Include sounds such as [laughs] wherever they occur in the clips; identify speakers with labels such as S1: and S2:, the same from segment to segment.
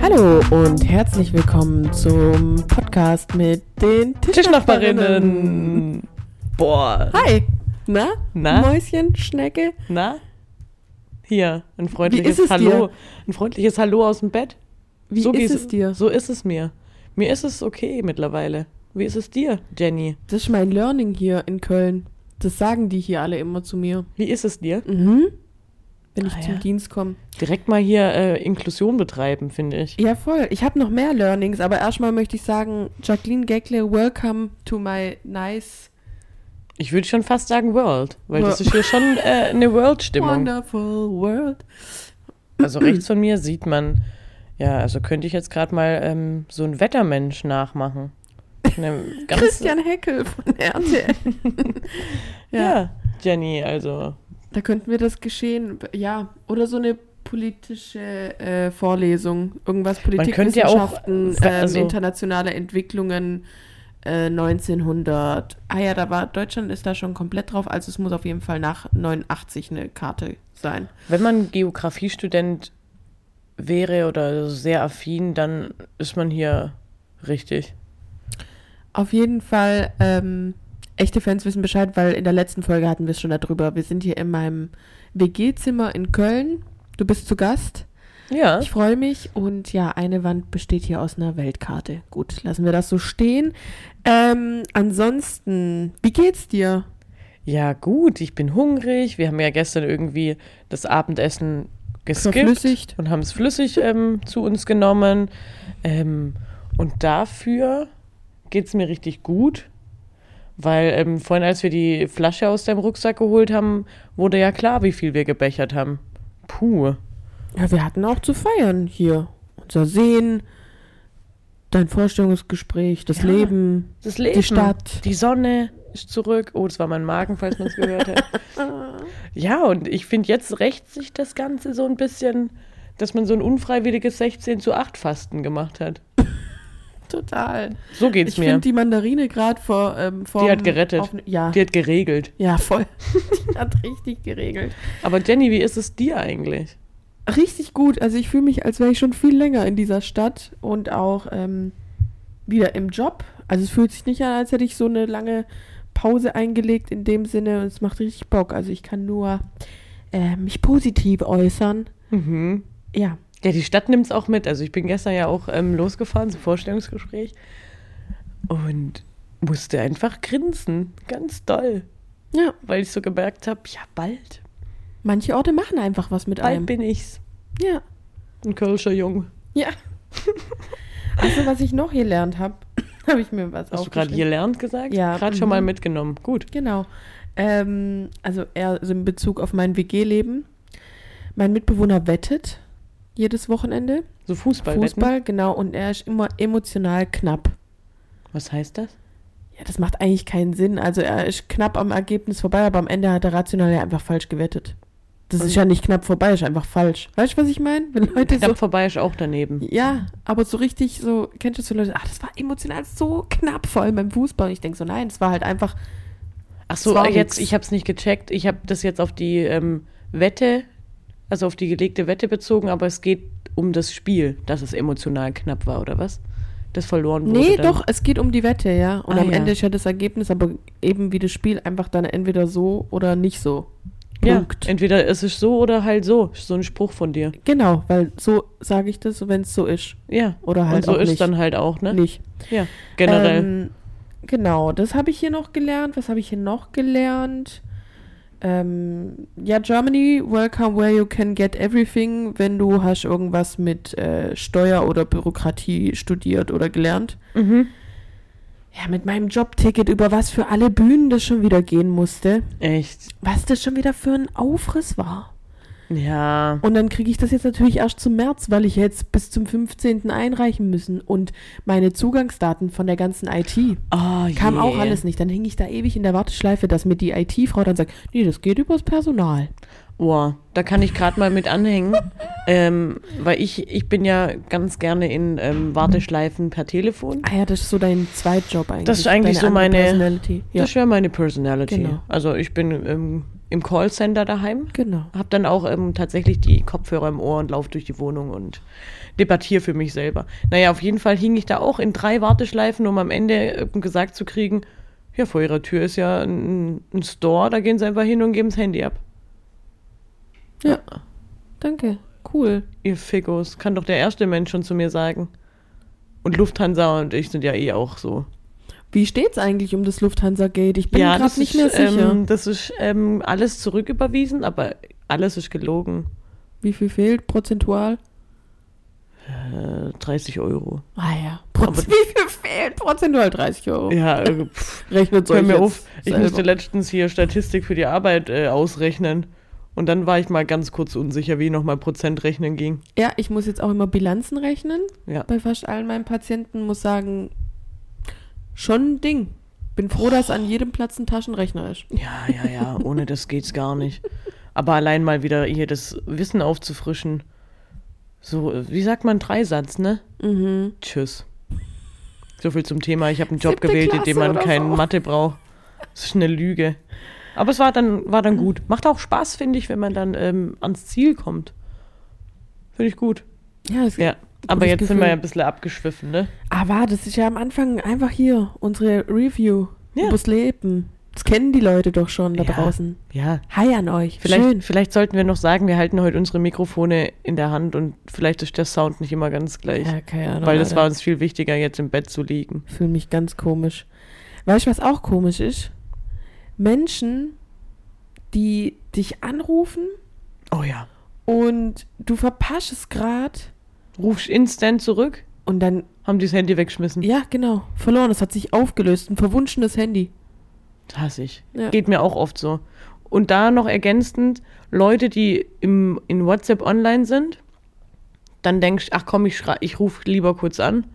S1: Hallo und herzlich willkommen zum Podcast mit den Tischnachbarinnen.
S2: Tischnachbarinnen. Boah.
S1: Hi. Na?
S2: Na?
S1: Mäuschen, Schnecke.
S2: Na? Hier, ein freundliches
S1: Wie ist es
S2: Hallo.
S1: dir?
S2: Ein freundliches Hallo aus dem Bett.
S1: Wie
S2: so
S1: ist
S2: geht's-
S1: es dir?
S2: So ist es mir. Mir ist es okay mittlerweile. Wie ist es dir, Jenny?
S1: Das ist mein Learning hier in Köln. Das sagen die hier alle immer zu mir.
S2: Wie ist es dir?
S1: Mhm. Wenn ich
S2: Ah,
S1: zum
S2: ja.
S1: Dienst komme.
S2: Direkt mal hier äh, Inklusion betreiben, finde ich.
S1: Ja, voll. Ich habe noch mehr Learnings, aber erstmal möchte ich sagen, Jacqueline Geckle, welcome to my nice,
S2: Ich würde schon fast sagen World, weil
S1: Wo-
S2: das ist hier schon äh, eine World-Stimmung.
S1: wonderful world.
S2: Also rechts von mir sieht man, ja, also könnte ich jetzt gerade mal ähm, so einen Wettermensch nachmachen.
S1: [laughs]
S2: Ne, ganz-
S1: Christian Heckel von
S2: [laughs]
S1: RTL.
S2: Ja. Jenny, also.
S1: Da könnten wir das Geschehen, ja, oder so eine politische äh, Vorlesung, irgendwas
S2: könnte ja auch,
S1: Politikwissenschaften,
S2: äh, also-
S1: ähm, internationale Entwicklungen äh, 1900. Ah ja, da war Deutschland ist da schon komplett drauf, also es muss auf jeden Fall nach 89 eine Karte sein.
S2: Wenn man Geografiestudent wäre oder sehr affin, dann ist man hier richtig.
S1: Auf jeden Fall, ähm, echte Fans wissen Bescheid, weil in der letzten Folge hatten wir es schon darüber. Wir sind hier in meinem WG-Zimmer in Köln. Du bist zu Gast.
S2: Ja.
S1: Ich freue mich und ja, eine Wand besteht hier aus einer Weltkarte. Gut, lassen wir das so stehen. Ähm, ansonsten, wie geht's dir?
S2: Ja, gut, ich bin hungrig. Wir haben ja gestern irgendwie das Abendessen
S1: Verflüssigt.
S2: geskippt und haben es flüssig ähm, zu uns genommen. Ähm, und dafür geht es mir richtig gut, weil ähm, vorhin, als wir die Flasche aus deinem Rucksack geholt haben, wurde ja klar, wie viel wir gebechert haben. Puh.
S1: Ja, wir hatten auch zu feiern hier. Unser Sehen, dein Vorstellungsgespräch, das
S2: Ja.
S1: Leben.
S2: Das Leben.
S1: Die Stadt.
S2: Die Sonne ist zurück. Oh, das war mein Magen, falls man es gehört hat.
S1: [laughs]
S2: ja, und ich finde, jetzt rächt sich das Ganze so ein bisschen, dass man so ein unfreiwilliges 16 zu 8 Fasten gemacht hat.
S1: Total.
S2: So geht's
S1: Ich
S2: mir.
S1: finde die Mandarine gerade vor, ähm, vor.
S2: Die hat gerettet.
S1: ja.
S2: Die hat geregelt.
S1: ja, voll. [laughs] Die hat richtig geregelt.
S2: Aber Jenny, wie ist es dir eigentlich?
S1: Richtig gut. Also ich fühle mich, als wäre ich schon viel länger in dieser Stadt und auch ähm, wieder im Job. Also es fühlt sich nicht an, als hätte ich so eine lange Pause eingelegt in dem Sinne und es macht richtig Bock. Also ich kann nur äh, mich positiv äußern.
S2: Mhm.
S1: Ja.
S2: Ja, die Stadt nimmt's auch mit. Also ich bin gestern ja auch ähm, losgefahren zum Vorstellungsgespräch und musste einfach grinsen. Ganz doll.
S1: Ja.
S2: Weil ich so gemerkt habe, ja, bald,
S1: Manche Orte machen einfach was mit
S2: bald
S1: einem.
S2: bin ich's.
S1: Ja.
S2: Ein Kölscher Junge.
S1: Ja. [laughs] also was ich noch gelernt [laughs] habe, habe ich mir was
S2: Hast du gerade
S1: aufgeschrieben.
S2: gelernt gesagt?
S1: Ja,
S2: Gerade
S1: mhm.
S2: schon mal mitgenommen. Gut.
S1: Genau. Ähm, also eher so in Bezug auf mein WG-Leben. Mein Mitbewohner wettet jedes Wochenende.
S2: So Fußball.
S1: Fußball, genau. Und er ist immer emotional knapp.
S2: Was heißt das?
S1: Ja, das macht eigentlich keinen Sinn. Also er ist knapp am Ergebnis vorbei, aber am Ende hat er rational ja einfach falsch gewettet. Das ist ja nicht knapp vorbei, ist einfach falsch. Weißt du, was ich meine? Wenn Leute so.
S2: Knapp vorbei ist auch daneben.
S1: Ja, aber so richtig so, kennst du so Leute, ach, das war emotional so knapp, vor allem beim Fußball. Und ich denke so, nein, es war halt einfach
S2: Ach so,
S1: war nix.
S2: jetzt, ich habe es nicht gecheckt. Ich habe das jetzt auf die ähm, Wette, also auf die gelegte Wette bezogen, aber es geht um das Spiel, dass es emotional knapp war, oder was? Das verloren wurde.
S1: Nee,
S2: dann.
S1: doch, es geht um die Wette, ja. Und
S2: Ah,
S1: am
S2: ja.
S1: Ende ist ja das Ergebnis, aber eben wie das Spiel einfach dann entweder so oder nicht so.
S2: Ja,
S1: Punkt.
S2: entweder es ist so oder halt so. So ein Spruch von dir.
S1: genau, weil so sage ich das, wenn es so ist.
S2: Ja.
S1: Oder halt
S2: Und so
S1: auch
S2: ist
S1: nicht.
S2: dann halt auch, ne?
S1: Nicht.
S2: Ja, generell.
S1: Ähm, genau, das habe ich hier noch gelernt. Was habe ich hier noch gelernt? Ähm, ja, Germany, welcome where you can get everything, wenn du hast irgendwas mit äh, Steuer oder Bürokratie studiert oder gelernt.
S2: mhm.
S1: Ja, mit meinem Jobticket, über was für alle Bühnen das schon wieder gehen musste.
S2: Echt.
S1: was das schon wieder für ein Aufriss war.
S2: Ja.
S1: Und dann kriege ich das jetzt natürlich erst zum März, weil ich jetzt bis zum 15. einreichen müssen und meine Zugangsdaten von der ganzen IT
S2: Oh,
S1: kam
S2: je.
S1: auch alles nicht. Dann hing ich da ewig in der Warteschleife, dass mir die IT-Frau dann sagt, nee, das geht übers Personal.
S2: Boah, da kann ich gerade mal mit anhängen, ähm, weil ich, ich bin ja ganz gerne in ähm, Warteschleifen per Telefon.
S1: Ah ja, das ist so dein Zweitjob eigentlich.
S2: Das ist eigentlich
S1: deine
S2: so meine-
S1: andere Personality. Ja.
S2: Das wäre meine Personality.
S1: Genau.
S2: Also ich bin ähm, im Callcenter daheim.
S1: Genau.
S2: Hab dann auch ähm, tatsächlich die Kopfhörer im Ohr und laufe durch die Wohnung und debattiere für mich selber. Naja, auf jeden Fall hing ich da auch in drei Warteschleifen, um am Ende äh, gesagt zu kriegen, ja, vor ihrer Tür ist ja ein, ein Store, da gehen sie einfach hin und geben das Handy ab.
S1: Ja. Danke. Cool.
S2: Ihr Fickos, kann doch der erste Mensch schon zu mir sagen. Und Lufthansa und ich sind ja eh auch so.
S1: Wie steht's eigentlich um das Lufthansa Gate? Ich bin ja, gerade nicht mehr sicher.
S2: Ähm, das ist ähm, alles zurücküberwiesen, aber alles ist gelogen.
S1: Wie viel fehlt prozentual?
S2: Äh, 30 Euro.
S1: Ah ja. Proz [laughs]
S2: Aber-
S1: Wie viel fehlt prozentual? 30 Euro.
S2: Ja,
S1: [laughs]
S2: äh, pff,
S1: Rechnet
S2: hör
S1: euch
S2: mir
S1: jetzt
S2: auf. Ich
S1: selber.
S2: musste letztens hier Statistik für die Arbeit äh, ausrechnen. Und dann war ich mal ganz kurz unsicher, wie nochmal Prozent rechnen ging.
S1: Ja, ich muss jetzt auch immer Bilanzen rechnen.
S2: Ja.
S1: Bei fast allen meinen Patienten muss sagen, schon ein Ding. Bin froh, dass an jedem Platz ein Taschenrechner ist.
S2: Ja, ja, ja, ohne das geht's gar nicht. Aber allein mal wieder hier das Wissen aufzufrischen. So, äh, wie sagt man Dreisatz, ne?
S1: Mhm.
S2: Tschüss. So viel zum Thema. Ich habe einen Job
S1: Siebte
S2: gewählt, in dem
S1: Klasse
S2: man
S1: oder
S2: keinen
S1: so.
S2: Mathe braucht. Das ist eine Lüge. Aber es war dann, war dann gut. Macht auch Spaß, finde ich, wenn man dann ähm, ans Ziel kommt. Finde ich gut.
S1: Ja, es
S2: Ja. Aber
S1: Gutes
S2: jetzt sind wir
S1: Gefühl.
S2: ja ein bisschen abgeschwiffen, ne?
S1: Aber das ist ja am Anfang einfach hier unsere Review
S2: Ja.
S1: übers Leben. Das kennen die Leute doch schon da
S2: Ja.
S1: draußen.
S2: Ja.
S1: Hi an euch. Schön.
S2: Vielleicht, vielleicht sollten wir noch sagen, wir halten heute unsere Mikrofone in der Hand und vielleicht ist der Sound nicht immer ganz gleich.
S1: Ja, keine Ahnung,
S2: Weil es
S1: Alter.
S2: war uns viel wichtiger, jetzt im Bett zu liegen.
S1: Ich fühle mich ganz komisch. Weißt du, was auch komisch ist? Menschen, die dich anrufen
S2: Oh ja.
S1: und du verpasst es gerade
S2: Rufst instant zurück,
S1: und dann,
S2: haben die das Handy weggeschmissen.
S1: ja, genau, verloren. Es hat sich aufgelöst. Ein verwunschenes Handy.
S2: Das hasse ich.
S1: Ja.
S2: Geht mir auch oft so. Und da noch ergänzend, Leute, die im, in WhatsApp online sind, dann denkst du, ach komm, ich, schrei- ich rufe lieber kurz an.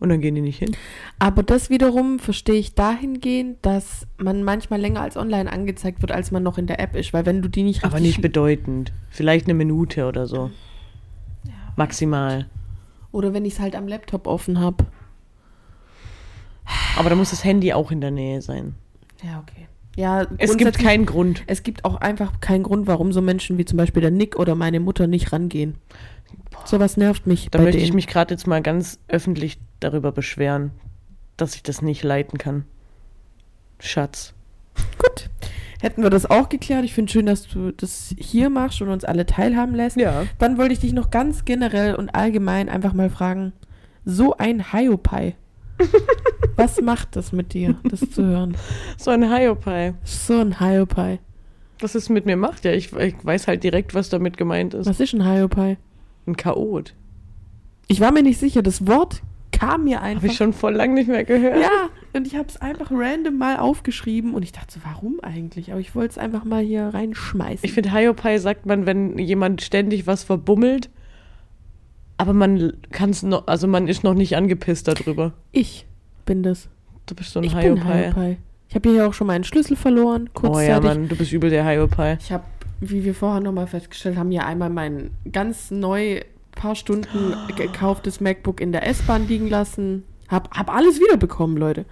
S2: Und dann gehen die nicht hin.
S1: Aber das wiederum verstehe ich dahingehend, dass man manchmal länger als online angezeigt wird, als man noch in der App ist. Weil wenn du die nicht richtig
S2: Aber nicht bedeutend. Vielleicht eine Minute oder so. Maximal.
S1: Oder wenn ich es halt am Laptop offen habe.
S2: Aber da muss das Handy auch in der Nähe sein.
S1: Ja, okay. Ja,
S2: Es gibt halt
S1: grundsätzlich-
S2: keinen Grund.
S1: Es gibt auch einfach keinen Grund, warum so Menschen wie zum Beispiel der Nick oder meine Mutter nicht rangehen. Sowas nervt mich.
S2: Da
S1: bei
S2: möchte
S1: denen.
S2: ich mich gerade jetzt mal ganz öffentlich darüber beschweren, dass ich das nicht leiten kann. Schatz.
S1: Gut. Hätten wir das auch geklärt. Ich finde schön, dass du das hier machst und uns alle teilhaben lässt.
S2: Ja.
S1: Dann wollte ich dich noch ganz generell und allgemein einfach mal fragen: So ein
S2: [laughs]
S1: Hiopai. Was macht das mit dir, das zu hören?
S2: So ein Hiopai.
S1: So ein Hiopai.
S2: was es mit mir macht. Ja, ich, ich weiß halt direkt, was damit gemeint ist.
S1: Was ist ein Hiopai?
S2: Ein Chaot.
S1: Ich war mir nicht sicher. Das Wort kam mir einfach.
S2: Habe ich schon vor lang nicht mehr gehört.
S1: Ja, und ich habe es einfach random mal aufgeschrieben und ich dachte, so, warum eigentlich? Aber ich wollte es einfach mal hier reinschmeißen.
S2: Ich finde, Hiopai sagt man, wenn jemand ständig was verbummelt, aber man kann's noch, also man ist noch nicht angepisst darüber.
S1: Ich bin das.
S2: Du bist so ein
S1: Ich bin
S2: Hiopai.
S1: Hiopai. Ich habe hier ja auch schon mal einen Schlüssel verloren,
S2: Oh
S1: kurzzeitig.
S2: ja, Mann, du bist übel der Hiopai.
S1: Ich habe, wie wir vorher nochmal festgestellt haben, ja einmal mein ganz neu paar Stunden gekauftes MacBook in der S-Bahn liegen lassen. Hab, hab alles wiederbekommen, Leute.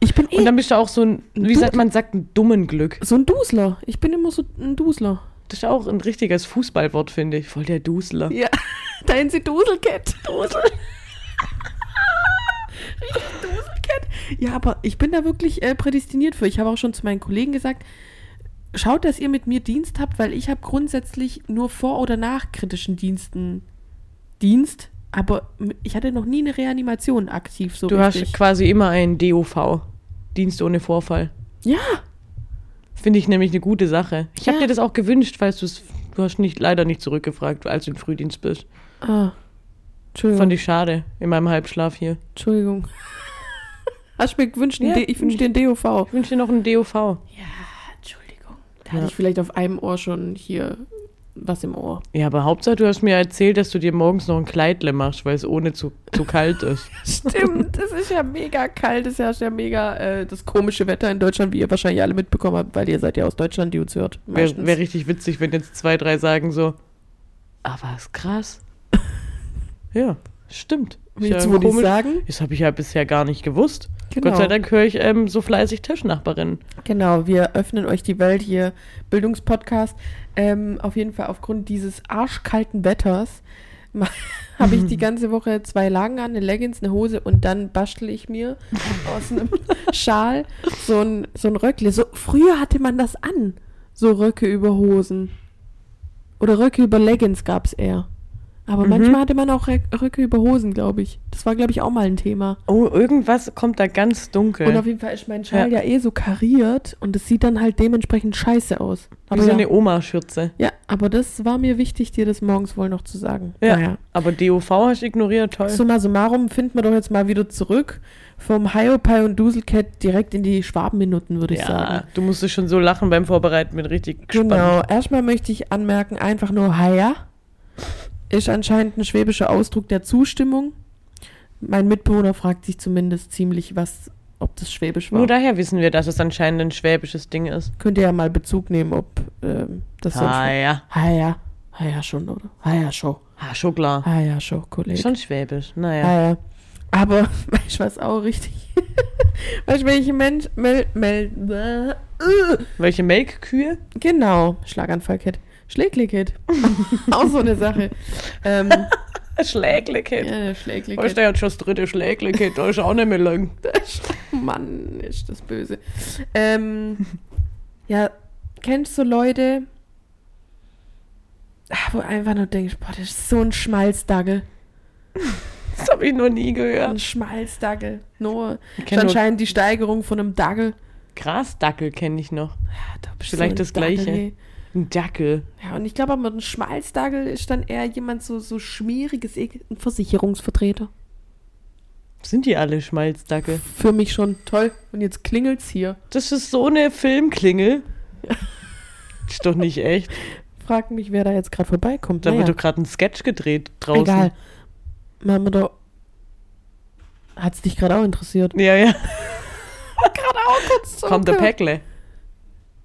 S1: ich bin eh
S2: Und dann bist du auch so ein, wie sagt man, sagt ein dummen Glück.
S1: so ein Dusler. Ich bin immer so ein Dusler.
S2: Das ist auch ein richtiges Fußballwort, finde ich. Voll der Dusler.
S1: Ja, [laughs] da in sie Duselcat. Dusel. [laughs] Richtig Duselcat. Ja, aber ich bin da wirklich äh, prädestiniert für. Ich habe auch schon zu meinen Kollegen gesagt, schaut, dass ihr mit mir Dienst habt, weil ich habe grundsätzlich nur vor oder nach kritischen Diensten Dienst, aber m- ich hatte noch nie eine Reanimation aktiv so
S2: Du
S1: richtig.
S2: hast quasi immer einen DOV. Dienst ohne Vorfall.
S1: ja,
S2: Finde ich nämlich eine gute Sache. Ich habe
S1: Ja.
S2: dir das auch gewünscht, falls du es. Du hast nicht, leider nicht zurückgefragt, als du im Frühdienst bist.
S1: ah. Entschuldigung.
S2: Fand ich schade in meinem Halbschlaf hier.
S1: Entschuldigung. [laughs] Hast mir gewünscht, einen
S2: Ja.
S1: D- ich wünsche dir einen DOV.
S2: Ich wünsche dir noch einen DOV.
S1: Ja, Entschuldigung. Da
S2: Ja.
S1: hatte ich vielleicht auf einem Ohr schon hier was im Ohr.
S2: Ja, aber Hauptsache, du hast mir erzählt, dass du dir morgens noch ein Kleidle machst, weil es ohne zu, zu kalt [laughs] ist.
S1: Stimmt, es ist ja mega kalt, es herrscht ja mega äh, das komische Wetter in Deutschland, wie ihr wahrscheinlich alle mitbekommen habt, weil ihr seid ja aus Deutschland, die uns hört.
S2: Wäre
S1: meistens.
S2: wär richtig witzig, wenn jetzt zwei, drei sagen so. Aber ist [laughs] krass. ja, stimmt. Ist
S1: Jetzt
S2: ja
S1: würde ich
S2: komisch.
S1: sagen,
S2: Das habe ich ja bisher gar nicht gewusst.
S1: Genau.
S2: Gott sei Dank höre ich ähm, so fleißig Tischnachbarinnen.
S1: Genau, wir öffnen euch die Welt hier, Bildungspodcast. Ähm, auf jeden Fall aufgrund dieses arschkalten Wetters [laughs] habe ich die ganze Woche zwei Lagen an, eine Leggings, eine Hose und dann bastel ich mir aus einem Schal so ein, so ein Röckle. So, früher hatte man das an, so Röcke über Hosen. Oder Röcke über Leggings gab es eher. Aber manchmal hatte man auch Rö- Röcke über Hosen, glaube ich. Das war, glaube ich, auch mal ein Thema.
S2: Oh, irgendwas kommt da ganz dunkel.
S1: Und auf jeden Fall ist mein Schal ja, eh so kariert und es sieht dann halt dementsprechend scheiße aus.
S2: Wie
S1: Aber
S2: so
S1: ja,
S2: eine Oma-Schürze.
S1: ja, aber das war mir wichtig, dir das morgens wohl noch zu sagen.
S2: Ja.
S1: Naja.
S2: Aber DOV hast du ignoriert, toll.
S1: Summa summarum finden wir doch jetzt mal wieder zurück vom Hiopai und Duselcat direkt in die Schwabenminuten, würde ich
S2: ja,
S1: sagen.
S2: du musstest schon so lachen beim Vorbereiten, bin richtig gespannt.
S1: Genau, erstmal möchte ich anmerken, einfach nur Haya ist anscheinend ein schwäbischer Ausdruck der Zustimmung. Mein Mitbewohner fragt sich zumindest ziemlich, was, ob das schwäbisch war.
S2: Nur daher wissen wir, dass es anscheinend ein schwäbisches Ding ist.
S1: Könnt ihr ja mal Bezug nehmen, ob ähm, das sonst-
S2: Ah ja,
S1: Haja, Haja Ah schon, oder? Haja schon,
S2: ah, schon klar.
S1: Haja schon, Kollege.
S2: Schon schwäbisch, naja.
S1: Haja. Aber, [laughs] weißt du was auch richtig? [laughs] weißt du, welche Mensch, Mel, Mel, bäh, äh,
S2: Welche Melkkühe?
S1: genau, Schlaganfall-Kid. Schlägli-Kid. [laughs] auch so eine Sache. Ähm,
S2: Ah,
S1: ja,
S2: Schläglikit.
S1: der
S2: Da ist
S1: [laughs] Schlägli-Kid.
S2: der jetzt schon das dritte Schläglikit, da ist auch nicht mehr lang.
S1: Mann, ist das böse. Ähm, ja, kennst du Leute, ah, wo einfach nur denkst, boah, das ist so ein Schmalzdackel.
S2: Das habe ich noch nie
S1: Ein
S2: gehört.
S1: Schmalzdackel. Nur
S2: Ich
S1: ist
S2: kenn nur
S1: anscheinend die Steigerung von einem Dackel.
S2: Grasdackel kenne ich noch.
S1: Ja, da bist
S2: Vielleicht
S1: ein
S2: das Gleiche.
S1: Dackel, hey.
S2: Ein Dackel.
S1: Ja, und ich glaube, aber ein Schmalzdackel ist dann eher jemand so, so schmieriges, Ekel- ein Versicherungsvertreter.
S2: Sind die alle Schmalzdackel?
S1: Für mich schon toll. Und jetzt klingelt's hier.
S2: Das ist so eine Filmklingel.
S1: [laughs]
S2: Ist doch nicht echt.
S1: Frag mich, wer da jetzt gerade vorbeikommt.
S2: Da
S1: naja,
S2: wird doch gerade ein Sketch gedreht draußen.
S1: egal. Mama, da hat's dich gerade auch interessiert.
S2: Ja, ja.
S1: Gerade auch [laughs] kurz
S2: Kommt der Päckle.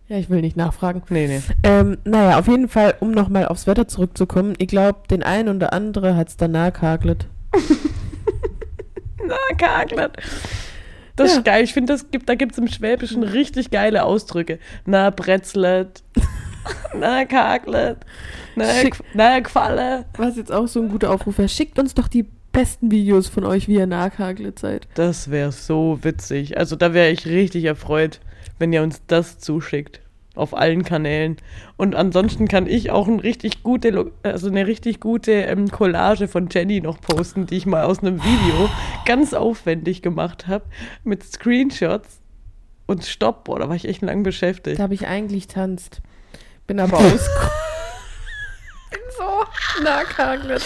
S1: Ja, ich will nicht nachfragen.
S2: Nee, nee.
S1: Ähm, naja, auf jeden Fall, um nochmal aufs Wetter zurückzukommen. Ich glaube, den einen oder andere hat's danach kagelt.
S2: Na, geackert. Das
S1: Ja.
S2: ist geil. Ich finde, das gibt, da gibt es im Schwäbischen richtig geile Ausdrücke.
S1: [laughs]
S2: Na, Brezlet. Na, Kaklet. Na,
S1: Schick.
S2: Qu- na, Qualle.
S1: Was jetzt auch so ein guter Aufruf wäre, schickt uns doch die besten Videos von euch, wie ihr nahkagelt seid.
S2: Das wäre so witzig. Also, da wäre ich richtig erfreut, wenn ihr uns das zuschickt. Auf allen Kanälen. Und ansonsten kann ich auch ein richtig gute, Lo- also eine richtig gute ähm, Collage von Jenny noch posten, die ich mal aus einem
S1: [gasps]
S2: Video ganz aufwendig gemacht habe. Mit Screenshots und Stopp. Boah, da war ich echt lang beschäftigt.
S1: Da habe ich eigentlich tanzt. Bin aber aus. [laughs] Bin so nahkagelt. Das,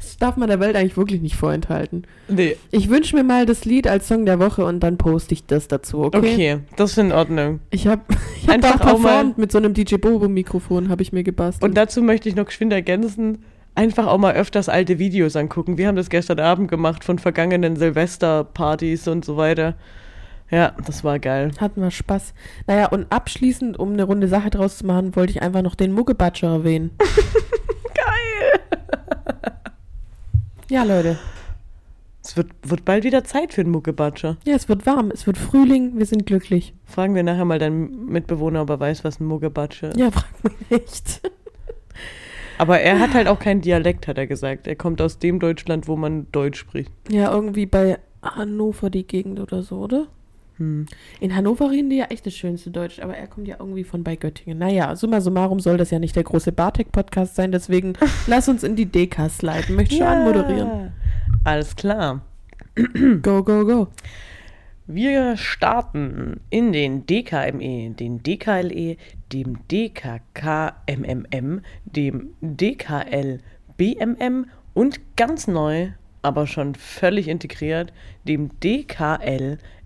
S1: das darf man der Welt eigentlich wirklich nicht vorenthalten.
S2: Nee,
S1: Ich wünsche mir mal das Lied als Song der Woche und dann poste ich das dazu, okay?
S2: okay, das ist in Ordnung.
S1: Ich habe ich hab [laughs]
S2: Einfach
S1: auch
S2: auch mal-
S1: performt mit so einem DJ Bobo-Mikrofon, habe ich mir gebastelt.
S2: Und dazu möchte ich noch geschwind ergänzen, einfach auch mal öfters alte Videos angucken. Wir haben das gestern Abend gemacht von vergangenen Silvesterpartys und so weiter. Ja, das war geil.
S1: Hatten wir Spaß. Naja, und abschließend, um eine runde Sache draus zu machen, wollte ich einfach noch den Muckebatscher [laughs] erwähnen. Geil! Ja, Leute.
S2: Es wird, wird bald wieder Zeit für einen Muckebatscher.
S1: Ja, es wird warm, es wird Frühling, wir sind glücklich.
S2: Fragen wir nachher mal deinen Mitbewohner, ob er weiß, was ein Muckebatscher ist.
S1: Ja, frag mich nicht.
S2: Aber er hat halt auch keinen Dialekt, hat er gesagt. Er kommt aus dem Deutschland, wo man Deutsch spricht.
S1: Ja, irgendwie bei Hannover die Gegend oder so, oder?
S2: Hm.
S1: In Hannover reden die ja echt das schönste Deutsch, aber er kommt ja irgendwie von bei Göttingen. Naja, summa summarum soll das ja nicht der große Bartek-Podcast sein, [laughs] deswegen lass uns in die DKs leiten. Möchtest du anmoderieren?
S2: Alles klar.
S1: Go, go, go.
S2: Wir starten in den DKME, E, den DKLE, E, dem DKKMMM, dem DKLBMM und ganz neu, aber schon völlig integriert, dem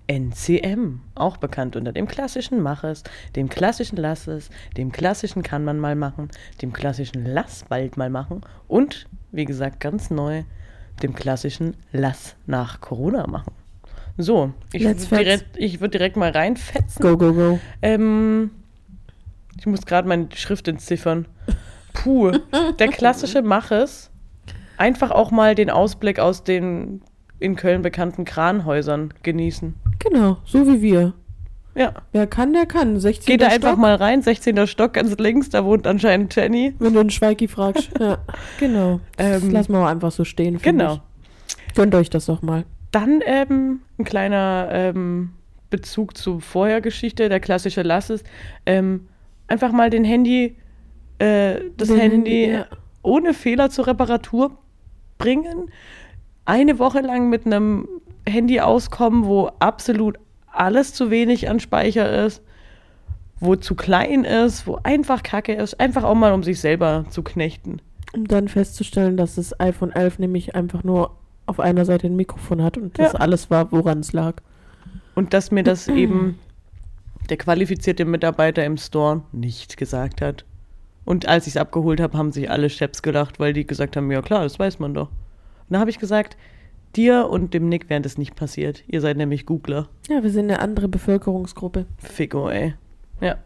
S2: DKLNCM, auch bekannt unter dem klassischen Mach es, dem klassischen Lass es, dem klassischen Kann man mal machen, dem klassischen Lass bald mal machen und, wie gesagt, ganz neu, dem klassischen Lass nach Corona machen. So, ich würde
S1: Let's fetz.
S2: direkt, ich würd direkt mal reinfetzen.
S1: Go, go, go.
S2: Ähm, ich muss gerade meine Schrift entziffern. Puh, der klassische Maches. Einfach auch mal den Ausblick aus den in Köln bekannten Kranhäusern genießen.
S1: Genau, so wie wir.
S2: Ja.
S1: Wer kann, der kann. 16.
S2: Geht da einfach
S1: Stock,
S2: mal rein, 16. Stock ganz links, da wohnt anscheinend Jenny.
S1: Wenn du einen Schweiki fragst.
S2: [laughs]
S1: ja, genau. Das
S2: Ähm,
S1: lassen wir mal einfach so stehen. find
S2: Genau.
S1: Ich. Gönnt euch das doch mal.
S2: Dann ähm, ein kleiner ähm, Bezug zur Vorhergeschichte, der klassische Lass ist. Ähm, einfach mal den Handy, äh, das
S1: Den
S2: Handy,
S1: Handy, ja.
S2: ohne Fehler zur Reparatur bringen. Eine Woche lang mit einem Handy auskommen, wo absolut alles zu wenig an Speicher ist, wo zu klein ist, wo einfach Kacke ist. Einfach auch mal, um sich selber zu knechten.
S1: Um dann festzustellen, dass das iPhone 11 nämlich einfach nur auf einer Seite ein Mikrofon hat und das
S2: Ja.
S1: alles war, woran es lag.
S2: Und dass mir das eben der qualifizierte Mitarbeiter im Store nicht gesagt hat. Und als ich es abgeholt habe, haben sich alle Chefs gelacht, weil die gesagt haben, ja klar, das weiß man doch. Und da habe ich gesagt, dir und dem Nick wäre das nicht passiert. Ihr seid nämlich Googler.
S1: Ja, wir sind eine andere Bevölkerungsgruppe.
S2: Figo, ey. Ja.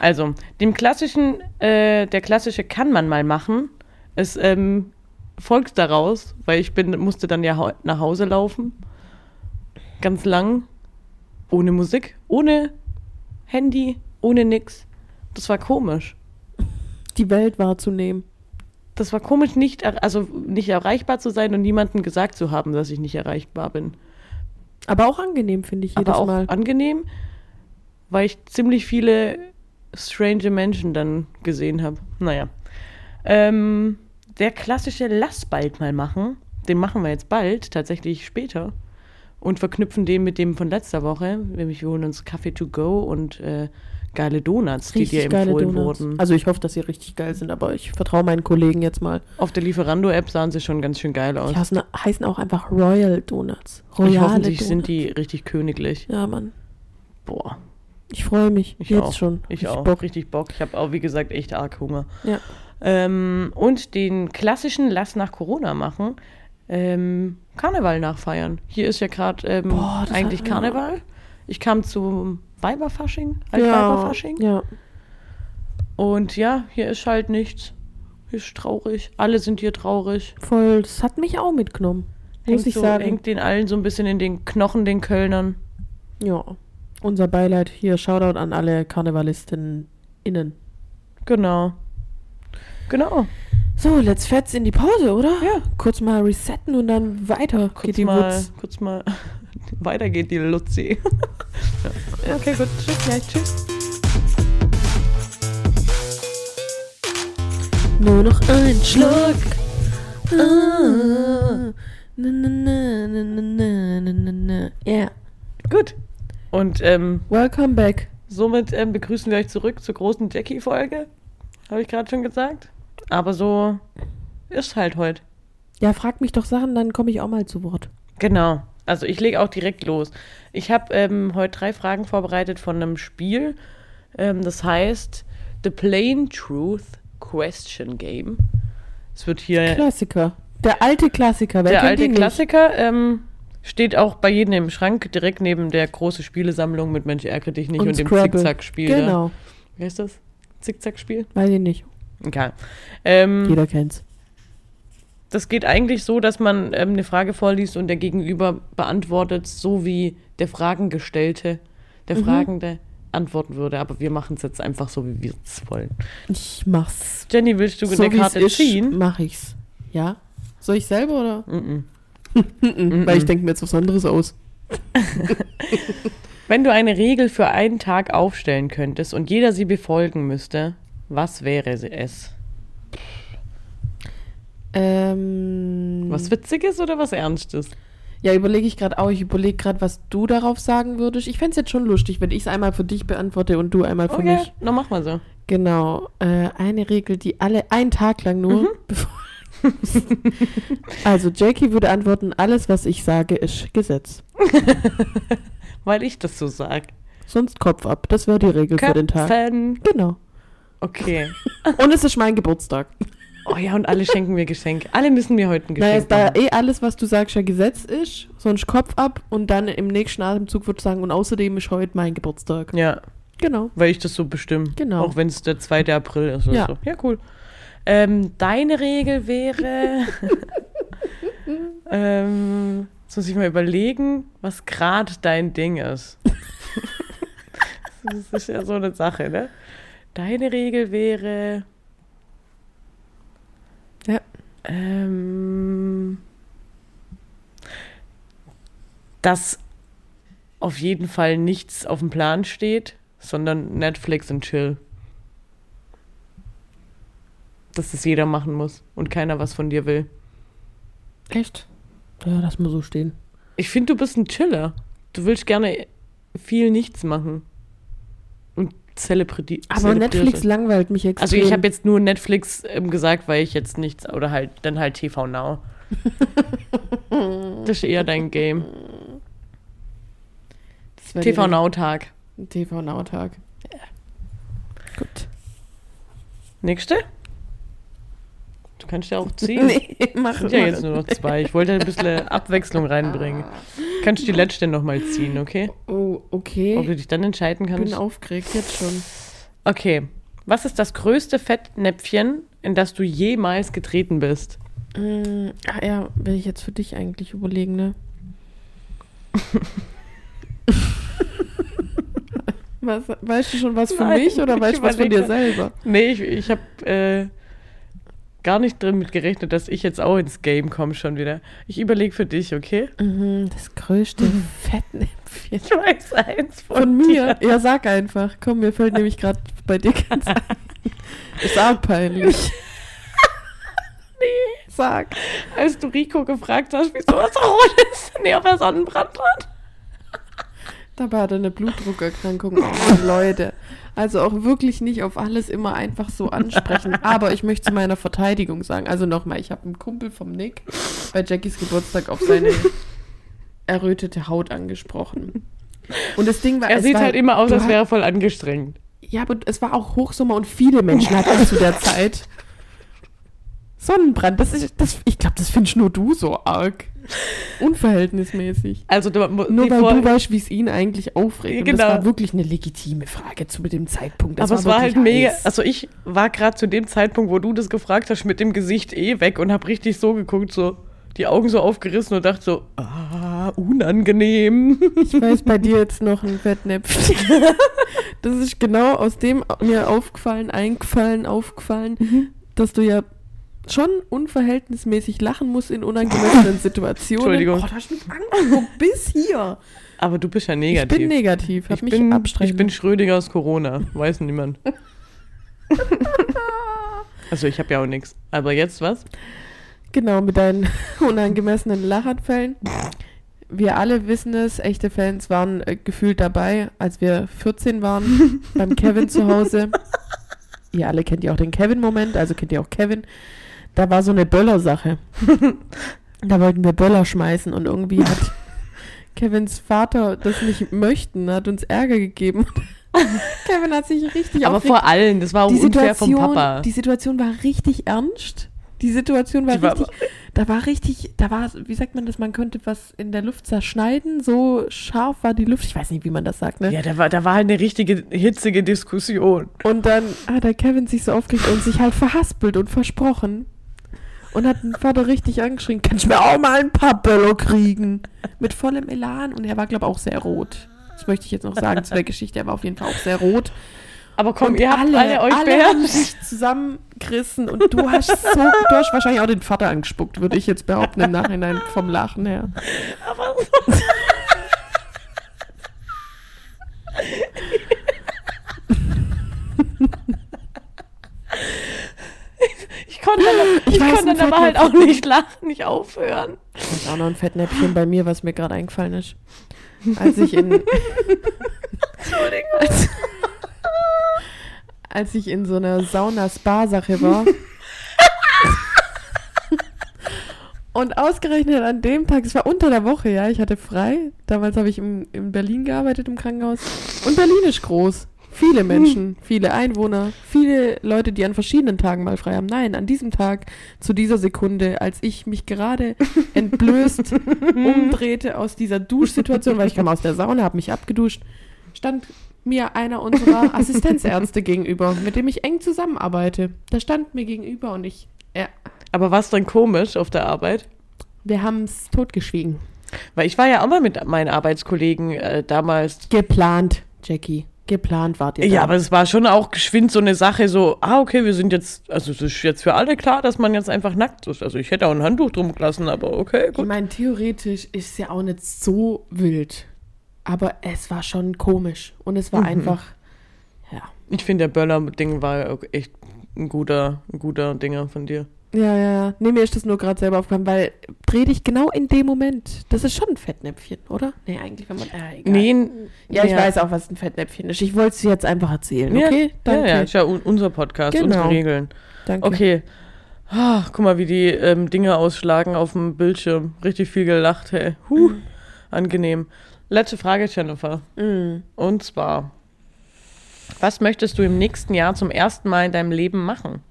S2: Also, dem klassischen, äh, der klassische kann man mal machen. Es ähm, folgt daraus, weil ich bin, musste dann ja hau- nach Hause laufen. Ganz lang. Ohne Musik, ohne Handy, ohne nix. Das war komisch.
S1: Die Welt wahrzunehmen.
S2: Das war komisch, nicht, er- also nicht erreichbar zu sein und niemandem gesagt zu haben, dass ich nicht erreichbar bin.
S1: Aber auch angenehm, finde ich, jedes
S2: aber auch
S1: Mal.
S2: angenehm, weil ich ziemlich viele strange Menschen dann gesehen habe. Naja. Ähm, der klassische Lass bald mal machen, den machen wir jetzt bald, tatsächlich später. Und verknüpfen den mit dem von letzter Woche. Nämlich wir holen uns Kaffee to go und äh, geile Donuts, die dir empfohlen wurden.
S1: Also ich hoffe, dass sie richtig geil sind, aber ich vertraue meinen Kollegen jetzt mal.
S2: Auf der Lieferando-App sahen sie schon ganz schön geil aus.
S1: Die heißen, heißen auch einfach Royal Donuts. Royale
S2: Und hoffentlich
S1: Donuts.
S2: sind die richtig königlich.
S1: Ja, Mann.
S2: Boah,
S1: Ich freue mich.
S2: ich
S1: jetzt
S2: auch.
S1: schon.
S2: Ich,
S1: Hab
S2: auch.
S1: Bock.
S2: Richtig Bock. Ich habe auch, wie gesagt, echt arg Hunger.
S1: Ja.
S2: Ähm, und den klassischen Lass nach Corona machen. Ähm, Karneval nachfeiern. Hier ist ja gerade ähm,
S1: Boah, das
S2: eigentlich
S1: hat-
S2: Karneval. Ich kam zum Weiberfasching,
S1: Ja,
S2: Altweiberfasching.
S1: ja.
S2: Und ja, hier ist halt nichts. Hier ist traurig. Alle sind hier traurig.
S1: Voll. Das hat mich auch mitgenommen. Muss
S2: Hängt
S1: ich
S2: so,
S1: sagen.
S2: Hängt den allen so ein bisschen in den Knochen, den Kölnern.
S1: Ja. Unser Beileid hier. Shoutout an alle Karnevalistinnen.
S2: Genau. Genau.
S1: So, let's fetz in die Pause, oder?
S2: Ja.
S1: Kurz mal resetten und dann weiter
S2: Kurz
S1: geht die
S2: mal,
S1: Wutz.
S2: kurz mal. [laughs] Weiter geht
S1: [laughs]
S2: die Luzi. ja. Okay, gut. Tschüss gleich. Tschüss.
S1: Nur noch ein Schluck. Ah. Na, na, na, na, na, na, na, na, na. Yeah.
S2: Gut. Und ähm,
S1: Welcome back.
S2: somit ähm, begrüßen wir euch zurück zur großen Jackie-Folge. Habe ich gerade schon gesagt. Aber so ist halt heute.
S1: Ja, frag mich doch Sachen, dann komme ich auch mal zu Wort.
S2: Genau. Also ich lege auch direkt los. Ich habe ähm, heute drei Fragen vorbereitet von einem Spiel. Ähm, das heißt The Plain Truth Question Game. Es wird hier
S1: Klassiker. Äh, Der alte Klassiker. Wer
S2: der
S1: kennt
S2: alte
S1: ihn
S2: Klassiker. Ähm, steht auch bei jedem im Schrank, direkt neben der große Spielesammlung mit Mensch ärgere dich nicht
S1: nicht?
S2: und, dem Zickzack-Spiel. da.
S1: Genau.
S2: Wie heißt das? Zickzack-Spiel?
S1: Weiß ich nicht.
S2: Egal. Ähm,
S1: Jeder kennt's.
S2: das geht eigentlich so, dass man ähm, eine Frage vorliest und der Gegenüber beantwortet, so wie der Fragengestellte, der
S1: Mhm.
S2: Fragende antworten würde. Aber wir machen es jetzt einfach so, wie wir es wollen.
S1: Ich mach's.
S2: Jenny, willst du
S1: so
S2: eine
S1: wie's
S2: Karte
S1: ist,
S2: ziehen?
S1: mach ich's. Ja? Soll ich selber oder?
S2: Mhm.
S1: Mm, Weil ich denke mir jetzt was anderes aus.
S2: Wenn du eine Regel für einen Tag aufstellen könntest und jeder sie befolgen müsste, was wäre sie- es?
S1: Ähm,
S2: Was Witziges oder was Ernstes?
S1: Ja, überlege ich gerade auch. Ich überlege gerade, was du darauf sagen würdest. Ich fänd's jetzt schon lustig, wenn ich's einmal für dich beantworte und du einmal für
S2: Okay,
S1: mich.
S2: dann mach mal so.
S1: Genau. Äh, eine Regel, die alle einen Tag lang nur [laughs] befolgen müssen. Also Jackie würde antworten, alles, was ich sage, ist Gesetz.
S2: Weil ich das so sag.
S1: Sonst Kopf ab. Das wäre die Regel für den Tag.
S2: Köpfen.
S1: Genau.
S2: Okay.
S1: Und es ist mein [laughs] Geburtstag.
S2: Oh ja, und alle schenken mir Geschenk. Alle müssen mir heute ein
S1: Naja,
S2: Geschenk
S1: da
S2: machen.
S1: eh alles, was du sagst, ja Gesetz ist, sonst Kopf ab und dann im nächsten Atemzug würde ich sagen, und außerdem ist heute mein Geburtstag.
S2: Ja,
S1: Genau.
S2: weil ich das so bestimme.
S1: Genau.
S2: Auch wenn es der 2. April ist oder
S1: Ja.
S2: so. Ja, cool.
S1: [laughs]
S2: Ähm, deine Regel wäre, ähm, Jetzt muss ich mal überlegen, was gerade dein
S1: [laughs]
S2: Ding ist. das ist ja so eine Sache, ne? Deine Regel wäre.
S1: Ja.
S2: Ähm, dass auf jeden Fall nichts auf dem Plan steht, sondern Netflix und Chill. Dass das jeder machen muss und keiner was von dir will.
S1: Echt? Ja, lass mal so stehen.
S2: Ich finde, du bist ein Chiller. Du willst gerne viel nichts machen. Und zelebrieren.
S1: Aber Netflix langweilt mich extrem.
S2: Also ich habe jetzt nur Netflix ähm, gesagt, weil ich jetzt nichts oder halt dann halt
S1: [laughs]
S2: TV Now. das ist eher dein Game.
S1: Das war
S2: TV
S1: direkt
S2: Now Tag.
S1: ein TV Now Tag. Gut.
S2: Nächste? Du kannst ja auch
S1: [laughs] [laughs]
S2: ziehen.
S1: Nee, mach
S2: Sind ja
S1: mach-
S2: jetzt nur noch zwei. Ich wollte ein bisschen Abwechslung reinbringen. Kannst du die letzte nochmal ziehen, okay?
S1: Oh,
S2: Ob du
S1: okay.
S2: dich dann entscheiden
S1: Ich bin
S2: kannst.
S1: aufgeregt jetzt schon.
S2: Okay. Was ist das größte Fettnäpfchen, in das du jemals getreten bist?
S1: Mm, Ach ja, will ich jetzt für dich eigentlich überlegen, [laughs] ne? was, weißt du schon was für
S2: Nein,
S1: mich oder
S2: ich
S1: weißt du was von dir
S2: überlege.
S1: selber?
S2: Nee, ich, ich habe äh, gar nicht drin mit gerechnet, dass ich jetzt auch ins Game komme schon wieder. Ich überlege für dich, okay?
S1: Mhm, das größte Fettnäpfchen.
S2: Ich weiß eins
S1: [laughs]
S2: von,
S1: Von mir?
S2: dir.
S1: Ja, sag einfach. Komm, mir [laughs] fällt nämlich gerade bei dir ganz ein. Ist arg peinlich. nee. Sag.
S2: Als du Rico gefragt hast, wieso er so rot ist, [laughs] nee, ob er Sonnenbrand hat.
S1: Dabei hat er eine Blutdruckerkrankung. Oh, Leute. Also auch wirklich nicht auf alles immer einfach so ansprechen. Aber ich möchte zu meiner Verteidigung sagen. Also nochmal, ich habe einen Kumpel vom Nick bei Jackies Geburtstag auf seine errötete Haut angesprochen. Und das Ding war,
S2: Er
S1: es
S2: sieht
S1: war,
S2: halt immer aus,
S1: du
S2: als
S1: hast-
S2: wäre er voll angestrengt.
S1: Ja, aber es war auch Hochsommer und viele Menschen hatten zu der Zeit Sonnenbrand. Das ist, das, ich glaube, das findest nur du so arg. Unverhältnismäßig.
S2: Also, du,
S1: Nur
S2: die
S1: weil
S2: vor-
S1: du weißt, wie es ihn eigentlich aufregt. Und
S2: Genau.
S1: das war wirklich eine legitime Frage zu dem Zeitpunkt. Das
S2: Aber es war halt
S1: wirklich
S2: mega. [laughs]
S1: heiß.
S2: Also ich war gerade zu dem Zeitpunkt, wo du das gefragt hast, mit dem Gesicht eh weg und habe richtig so geguckt, so die Augen so aufgerissen und dachte so, ah, unangenehm.
S1: Ich weiß bei dir jetzt noch ein Fettnäpfchen. [laughs] das ist genau aus dem mir aufgefallen, eingefallen, aufgefallen,
S2: Mhm.
S1: dass du ja schon unverhältnismäßig lachen musst in
S2: [laughs]
S1: unangemessenen Situationen.
S2: [laughs] Entschuldigung.
S1: Oh, da hast du mich angeguckt bis hier.
S2: Aber du bist ja negativ.
S1: Ich bin negativ, hab
S2: Ich
S1: mich
S2: bin,
S1: abstreiten
S2: ich bin Schrödinger aus Corona,
S1: [laughs]
S2: weiß niemand. also ich habe ja auch nichts. Aber jetzt was?
S1: Genau, mit deinen [laughs] unangemessenen Lachanfällen. Wir alle wissen es, echte Fans waren äh, gefühlt dabei, als wir 14
S2: [laughs]
S1: waren, beim Kevin zu Hause. Ihr alle kennt ja auch den Kevin-Moment, also kennt ihr auch Kevin. Da war so eine Böller-Sache. Da wollten wir Böller schmeißen und irgendwie
S2: [laughs]
S1: hat Kevins Vater das nicht möchten, hat uns Ärger
S2: [laughs]
S1: gegeben. Kevin hat sich richtig
S2: Aber
S1: aufgeregt.
S2: vor allen, das war auch
S1: die
S2: unfair
S1: Situation,
S2: vom Papa.
S1: die Situation war richtig ernst. Die Situation war
S2: Die war-
S1: richtig, da war richtig, da war, wie sagt man das, man könnte was in der Luft zerschneiden, so scharf war die Luft, ich weiß nicht, wie man das sagt, ne?
S2: ja, da war, da war halt eine richtige hitzige Diskussion.
S1: Und dann hat der Kevin sich so aufgeregt und sich halt verhaspelt und versprochen. Und hat den Vater richtig angeschrien, kannst du mir auch mal ein paar Böller kriegen? Mit vollem Elan und er war, glaube ich, auch sehr rot. Das möchte ich jetzt noch sagen
S2: [laughs]
S1: zu der Geschichte, er war auf jeden Fall auch sehr rot.
S2: Aber komm,
S1: Und
S2: ihr habt alle, euch
S1: alle haben
S2: beherrscht.
S1: sich zusammengerissen und du hast so, du hast wahrscheinlich auch den Vater angespuckt, würde ich jetzt behaupten im Nachhinein vom Lachen her.
S2: [laughs] Ich konnte dann, ich
S1: Ich weiß,
S2: konnte
S1: ein
S2: dann aber halt auch
S1: Fettnäpfchen.
S2: nicht lachen, nicht aufhören.
S1: Das ist auch noch ein Fettnäpfchen bei mir, was mir gerade eingefallen ist. Als ich in. als, [laughs] als ich in so einer Sauna-Spa-Sache war. Und ausgerechnet an dem Tag, es war unter der Woche, ja, ich hatte frei. Damals habe ich im, in Berlin gearbeitet, im Krankenhaus. Und Berlin ist groß. Viele Menschen, viele Einwohner, viele Leute, die an verschiedenen Tagen mal frei haben. Nein, an diesem Tag, zu dieser Sekunde, als ich mich gerade entblößt umdrehte aus dieser Duschsituation, weil ich kam aus der Sauna, habe mich abgeduscht, stand mir einer unserer Assistenzärzte gegenüber, mit dem ich eng zusammenarbeite. Der stand mir gegenüber und ich, er,
S2: Aber war es dann komisch auf der Arbeit?
S1: wir haben es totgeschwiegen.
S2: Weil ich war ja auch mal mit meinen Arbeitskollegen äh, damals.
S1: Geplant, Jackie. Geplant wart ihr.
S2: Ja,
S1: da.
S2: aber es war schon auch geschwind so eine Sache, so, ah, okay, wir sind jetzt, also es ist jetzt für alle klar, dass man jetzt einfach nackt ist. Also ich hätte auch ein Handtuch drum gelassen, aber okay,
S1: Ich
S2: gut.
S1: meine, theoretisch ist es ja auch nicht so wild. Aber es war schon komisch. Und es war einfach. Ja.
S2: Ich finde, der Böller-Ding war auch echt ein guter, ein guter Dinger von dir.
S1: Ja, ja, ja. Nee, mir ist das nur gerade selber aufgefallen, weil dreh dich genau in dem Moment. Das ist schon ein Fettnäpfchen, oder? Nee, eigentlich, wenn man. Äh, egal.
S2: Nee,
S1: Ja, ich weiß auch, was ein Fettnäpfchen ist. Ich wollte es dir jetzt einfach erzählen, okay?
S2: ja, Ja, ja, ist ja un- unser Podcast,
S1: Genau.
S2: unsere Regeln.
S1: danke.
S2: Okay. Ah, guck mal, wie die ähm, Dinge ausschlagen auf dem Bildschirm. Richtig viel gelacht, hey. Huh,
S1: Mhm.
S2: angenehm. Letzte Frage, Jennifer.
S1: Mm.
S2: Und zwar, was möchtest du im nächsten Jahr zum ersten Mal in deinem Leben machen?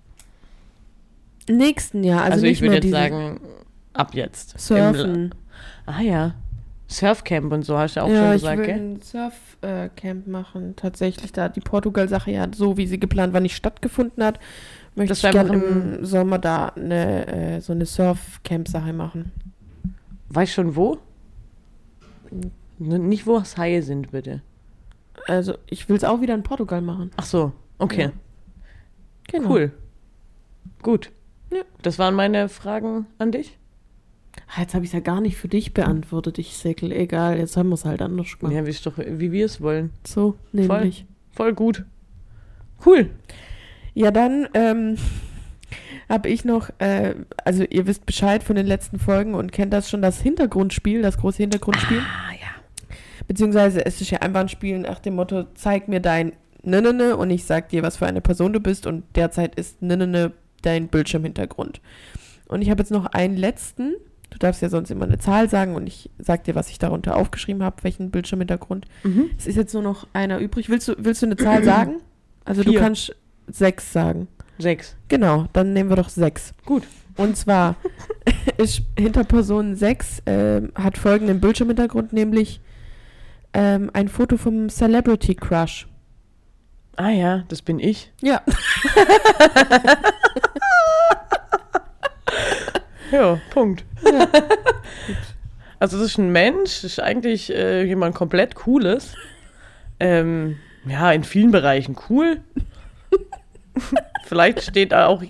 S1: Nächsten Jahr, also,
S2: Also,
S1: nicht
S2: ich würde
S1: mehr
S2: jetzt
S1: dieses
S2: sagen, ab jetzt. Im La-
S1: Surfen.
S2: ah ja, Surfcamp und so hast du auch schon
S1: ja, ich
S2: gesagt,
S1: will
S2: gell?
S1: ein Surfcamp machen. Tatsächlich, da die Portugal-Sache ja so, wie sie geplant war, nicht stattgefunden hat, möchte
S2: Das
S1: ich
S2: war
S1: gerne
S2: einfach
S1: im Sommer da eine, äh, so eine Surfcamp-Sache machen.
S2: Weißt schon wo? N- Nicht, wo es Haie sind, bitte.
S1: Also ich will es auch wieder in Portugal machen.
S2: Ach so, okay.
S1: Ja. Genau.
S2: Cool. Gut.
S1: Ja.
S2: Das waren meine Fragen an dich.
S1: Ah, Jetzt habe ich es ja gar nicht für dich beantwortet, ich Säckel. Egal, jetzt haben wir es halt anders gemacht.
S2: Ja, wie, ist doch, wie wir es wollen.
S1: So, nämlich.
S2: Voll gut. Cool.
S1: Ja, dann ähm, habe ich noch, äh, also ihr wisst Bescheid von den letzten Folgen und kennt das schon, das Hintergrundspiel, das große Hintergrundspiel.
S2: Ah ja.
S1: Beziehungsweise es ist ja einfach ein Spiel nach dem Motto, zeig mir dein Nennene und ich sag dir, was für eine Person du bist und derzeit ist Nennene dein Bildschirmhintergrund. Und ich habe jetzt noch einen letzten. Du darfst ja sonst immer eine Zahl sagen und ich sag dir, was ich darunter aufgeschrieben habe, welchen Bildschirmhintergrund.
S2: Mhm.
S1: Es ist jetzt nur noch einer übrig. Willst du, willst du eine Zahl sagen? Also du
S2: Vier.
S1: kannst sechs sagen.
S2: Sechs.
S1: Genau, dann nehmen wir doch sechs.
S2: Gut.
S1: Und zwar [laughs] ist hinter Person 6 ähm, hat folgenden Bildschirmhintergrund, nämlich ähm, ein Foto vom Celebrity Crush.
S2: Ah ja, das bin ich.
S1: [laughs] Ja.
S2: Ja,
S1: [laughs]
S2: Punkt. also es ist ein Mensch, ist eigentlich äh, jemand komplett Cooles. Ähm, ja, in vielen Bereichen
S1: [laughs]
S2: cool. Vielleicht steht er auch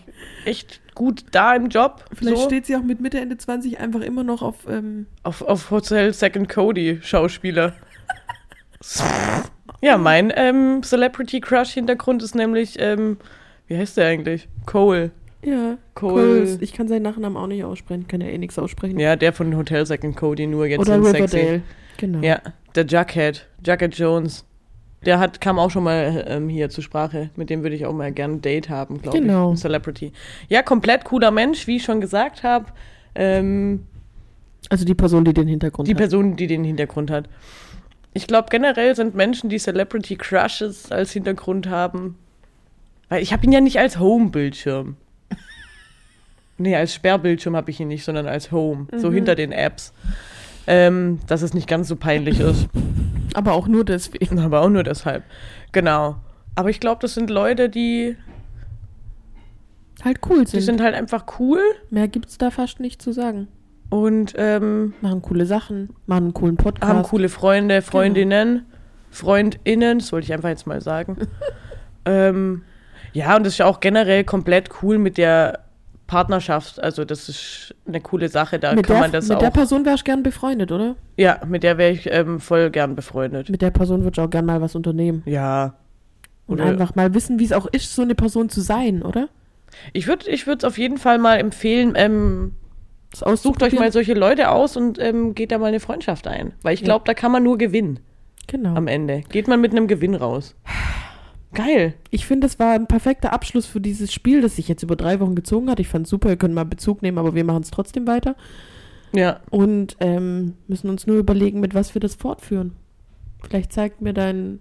S2: echt gut da im Job.
S1: Vielleicht
S2: so.
S1: steht sie auch mit Mitte, Ende 20 einfach immer noch auf. Ähm,
S2: Auf, auf Hotel Second Cody Schauspieler. ja, mein ähm, Celebrity Crush Hintergrund ist nämlich, ähm, wie heißt der eigentlich? Cole.
S1: ja,
S2: Cole.
S1: Coles. Ich kann seinen Nachnamen auch nicht aussprechen, kann ja eh nichts aussprechen.
S2: Ja, der von Hotel Second Cody nur jetzt
S1: Oder
S2: in
S1: Riverdale.
S2: sexy.
S1: Genau.
S2: Ja, der Jughead, Jughead Jones. Der hat, kam auch schon mal ähm, hier zur Sprache. Mit dem würde ich auch mal gerne ein Date haben, glaube
S1: Genau.
S2: ich. Ein Celebrity. Ja, komplett cooler Mensch, wie ich schon gesagt habe. Ähm,
S1: Also die Person, die den Hintergrund
S2: Die
S1: hat.
S2: Person, die den Hintergrund hat. Ich glaube, generell sind Menschen, die Celebrity Crushes als Hintergrund haben. Weil ich habe ihn ja nicht als Home-Bildschirm. Nee, als Sperrbildschirm habe ich ihn nicht, sondern als Home. So hinter den Apps. Ähm, dass es nicht ganz so peinlich ist.
S1: Aber auch nur
S2: [laughs]
S1: deswegen.
S2: Aber auch nur deshalb. Genau. Aber ich glaube, das sind Leute, die,
S1: Halt cool
S2: die
S1: sind.
S2: sind halt einfach cool
S1: Mehr gibt's da fast nicht zu sagen.
S2: und ähm,
S1: Machen coole Sachen, machen einen coolen Podcast.
S2: haben coole
S1: Genau.
S2: Freunde, Freundinnen, Freundinnen, das wollte ich einfach jetzt
S1: [laughs]
S2: mal sagen. ähm, ja, und das ist ja auch generell komplett cool mit der Partnerschaft. Also das ist eine coole Sache, da
S1: mit
S2: kann
S1: der,
S2: man das
S1: mit
S2: auch.
S1: der Person wärst du gern befreundet, oder?
S2: ja, mit der wäre ich ähm, voll gern befreundet.
S1: Mit der Person würdest du auch gern mal was unternehmen.
S2: Ja.
S1: Und
S2: Oder-
S1: einfach mal wissen, wie es auch ist, so eine Person zu sein, oder?
S2: Ich würde es auf jeden Fall mal empfehlen, ähm,
S1: Das aussucht
S2: sucht euch mal solche Leute aus und ähm, geht da mal eine Freundschaft ein. Weil ich
S1: Ja.
S2: glaube, da kann man nur gewinnen
S1: Genau.
S2: am Ende. Geht man mit einem Gewinn raus. Geil.
S1: Ich finde, das war ein perfekter Abschluss für dieses Spiel, das sich jetzt über drei Wochen gezogen hat. Ich fand super, wir können mal Bezug nehmen, aber wir machen es trotzdem weiter.
S2: Ja.
S1: Und ähm, müssen uns nur überlegen, mit was wir das fortführen. Vielleicht zeigt mir dein,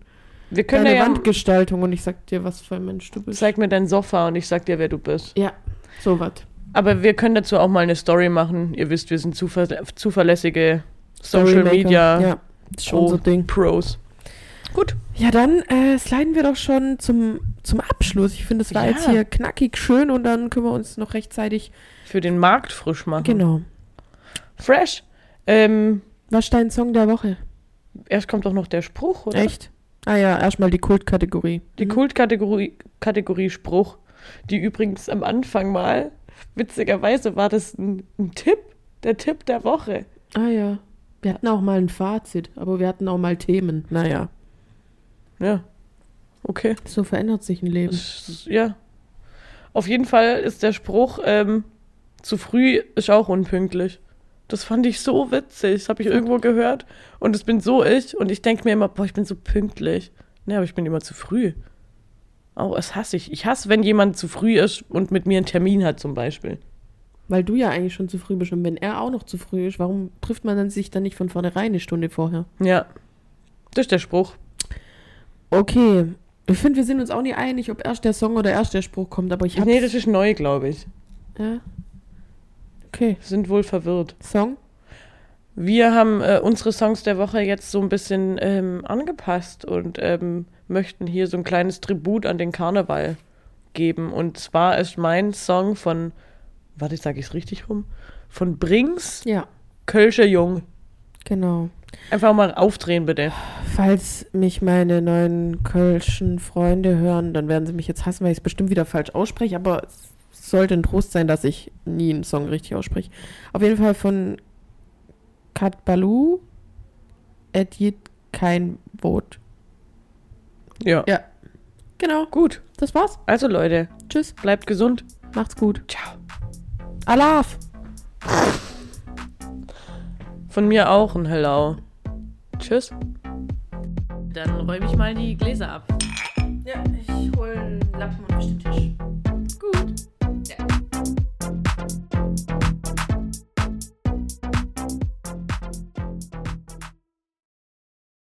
S2: Wir können
S1: deine
S2: ja
S1: Wandgestaltung und ich sag dir, was für ein Mensch du bist.
S2: Zeig mir dein Sofa und ich sag dir, wer du bist.
S1: Ja, sowas.
S2: Aber wir können dazu auch mal eine Story machen. Ihr wisst, wir sind zuver zuverlässige Social
S1: Storymaker.
S2: Media
S1: Ja, ist schon
S2: Pro-
S1: unser Ding.
S2: Pros. Gut.
S1: Ja, dann äh, sliden wir doch schon zum, zum Abschluss. Ich finde, es war
S2: Ja.
S1: jetzt hier knackig schön und dann können wir uns noch rechtzeitig.
S2: Mhm. Für den Markt frisch machen.
S1: Genau.
S2: Fresh. Ähm,
S1: Was ist dein Song der Woche?
S2: Erst kommt doch noch der Spruch, oder?
S1: Echt? Ah ja, erstmal die Kultkategorie. Mhm.
S2: Die Kultkategorie Kategorie Spruch, die übrigens am Anfang mal, witzigerweise war das ein, ein Tipp, der Tipp der Woche.
S1: Ah ja. Wir hatten auch mal ein Fazit, aber wir hatten auch mal Themen. Naja,
S2: Ja. Okay.
S1: so verändert sich ein Leben.
S2: Das ist- Ja. Auf jeden Fall ist der Spruch, ähm, zu früh ist auch unpünktlich. Das fand ich so witzig. Das habe ich irgendwo gehört. Und das bin so ich. Und ich denke mir immer, boah, ich bin so pünktlich. Nee, aber ich bin immer zu früh. Oh, das hasse ich. Ich hasse, wenn jemand zu früh ist und mit mir einen Termin hat, zum Beispiel.
S1: Weil du ja eigentlich schon zu früh bist und wenn er auch noch zu früh ist, warum trifft man dann sich dann nicht von vornherein eine Stunde vorher?
S2: Ja. Das ist der Spruch.
S1: Okay. Ich finde, wir sind uns auch nicht einig, ob erst der Song oder erst der Spruch kommt, aber ich habe.
S2: Nee, das ist neu, glaube ich.
S1: ja. Okay.
S2: Sind wohl verwirrt.
S1: Song?
S2: Wir haben äh, unsere Songs der Woche jetzt so ein bisschen ähm, angepasst und ähm, möchten hier so ein kleines Tribut an den Karneval geben. Und zwar ist mein Song von, warte, sage ich es richtig rum, von Brings,
S1: Ja,
S2: Kölsche Jung.
S1: genau.
S2: Einfach mal aufdrehen, bitte.
S1: Falls mich meine neuen kölschen Freunde hören, dann werden sie mich jetzt hassen, weil ich es bestimmt wieder falsch ausspreche, aber es sollte ein Trost sein, dass ich nie einen Song richtig ausspreche. Auf jeden Fall von Kat Balu, Edjit kein Boot.
S2: Ja.
S1: Ja. Genau,
S2: Gut.
S1: das war's.
S2: Also Leute,
S1: Tschüss,
S2: bleibt gesund.
S1: macht's gut.
S2: Ciao.
S1: Alaf!
S2: Von mir auch ein Hello. Tschüss. Dann räume ich mal die Gläser ab.
S1: Ja, ich hol Lappen und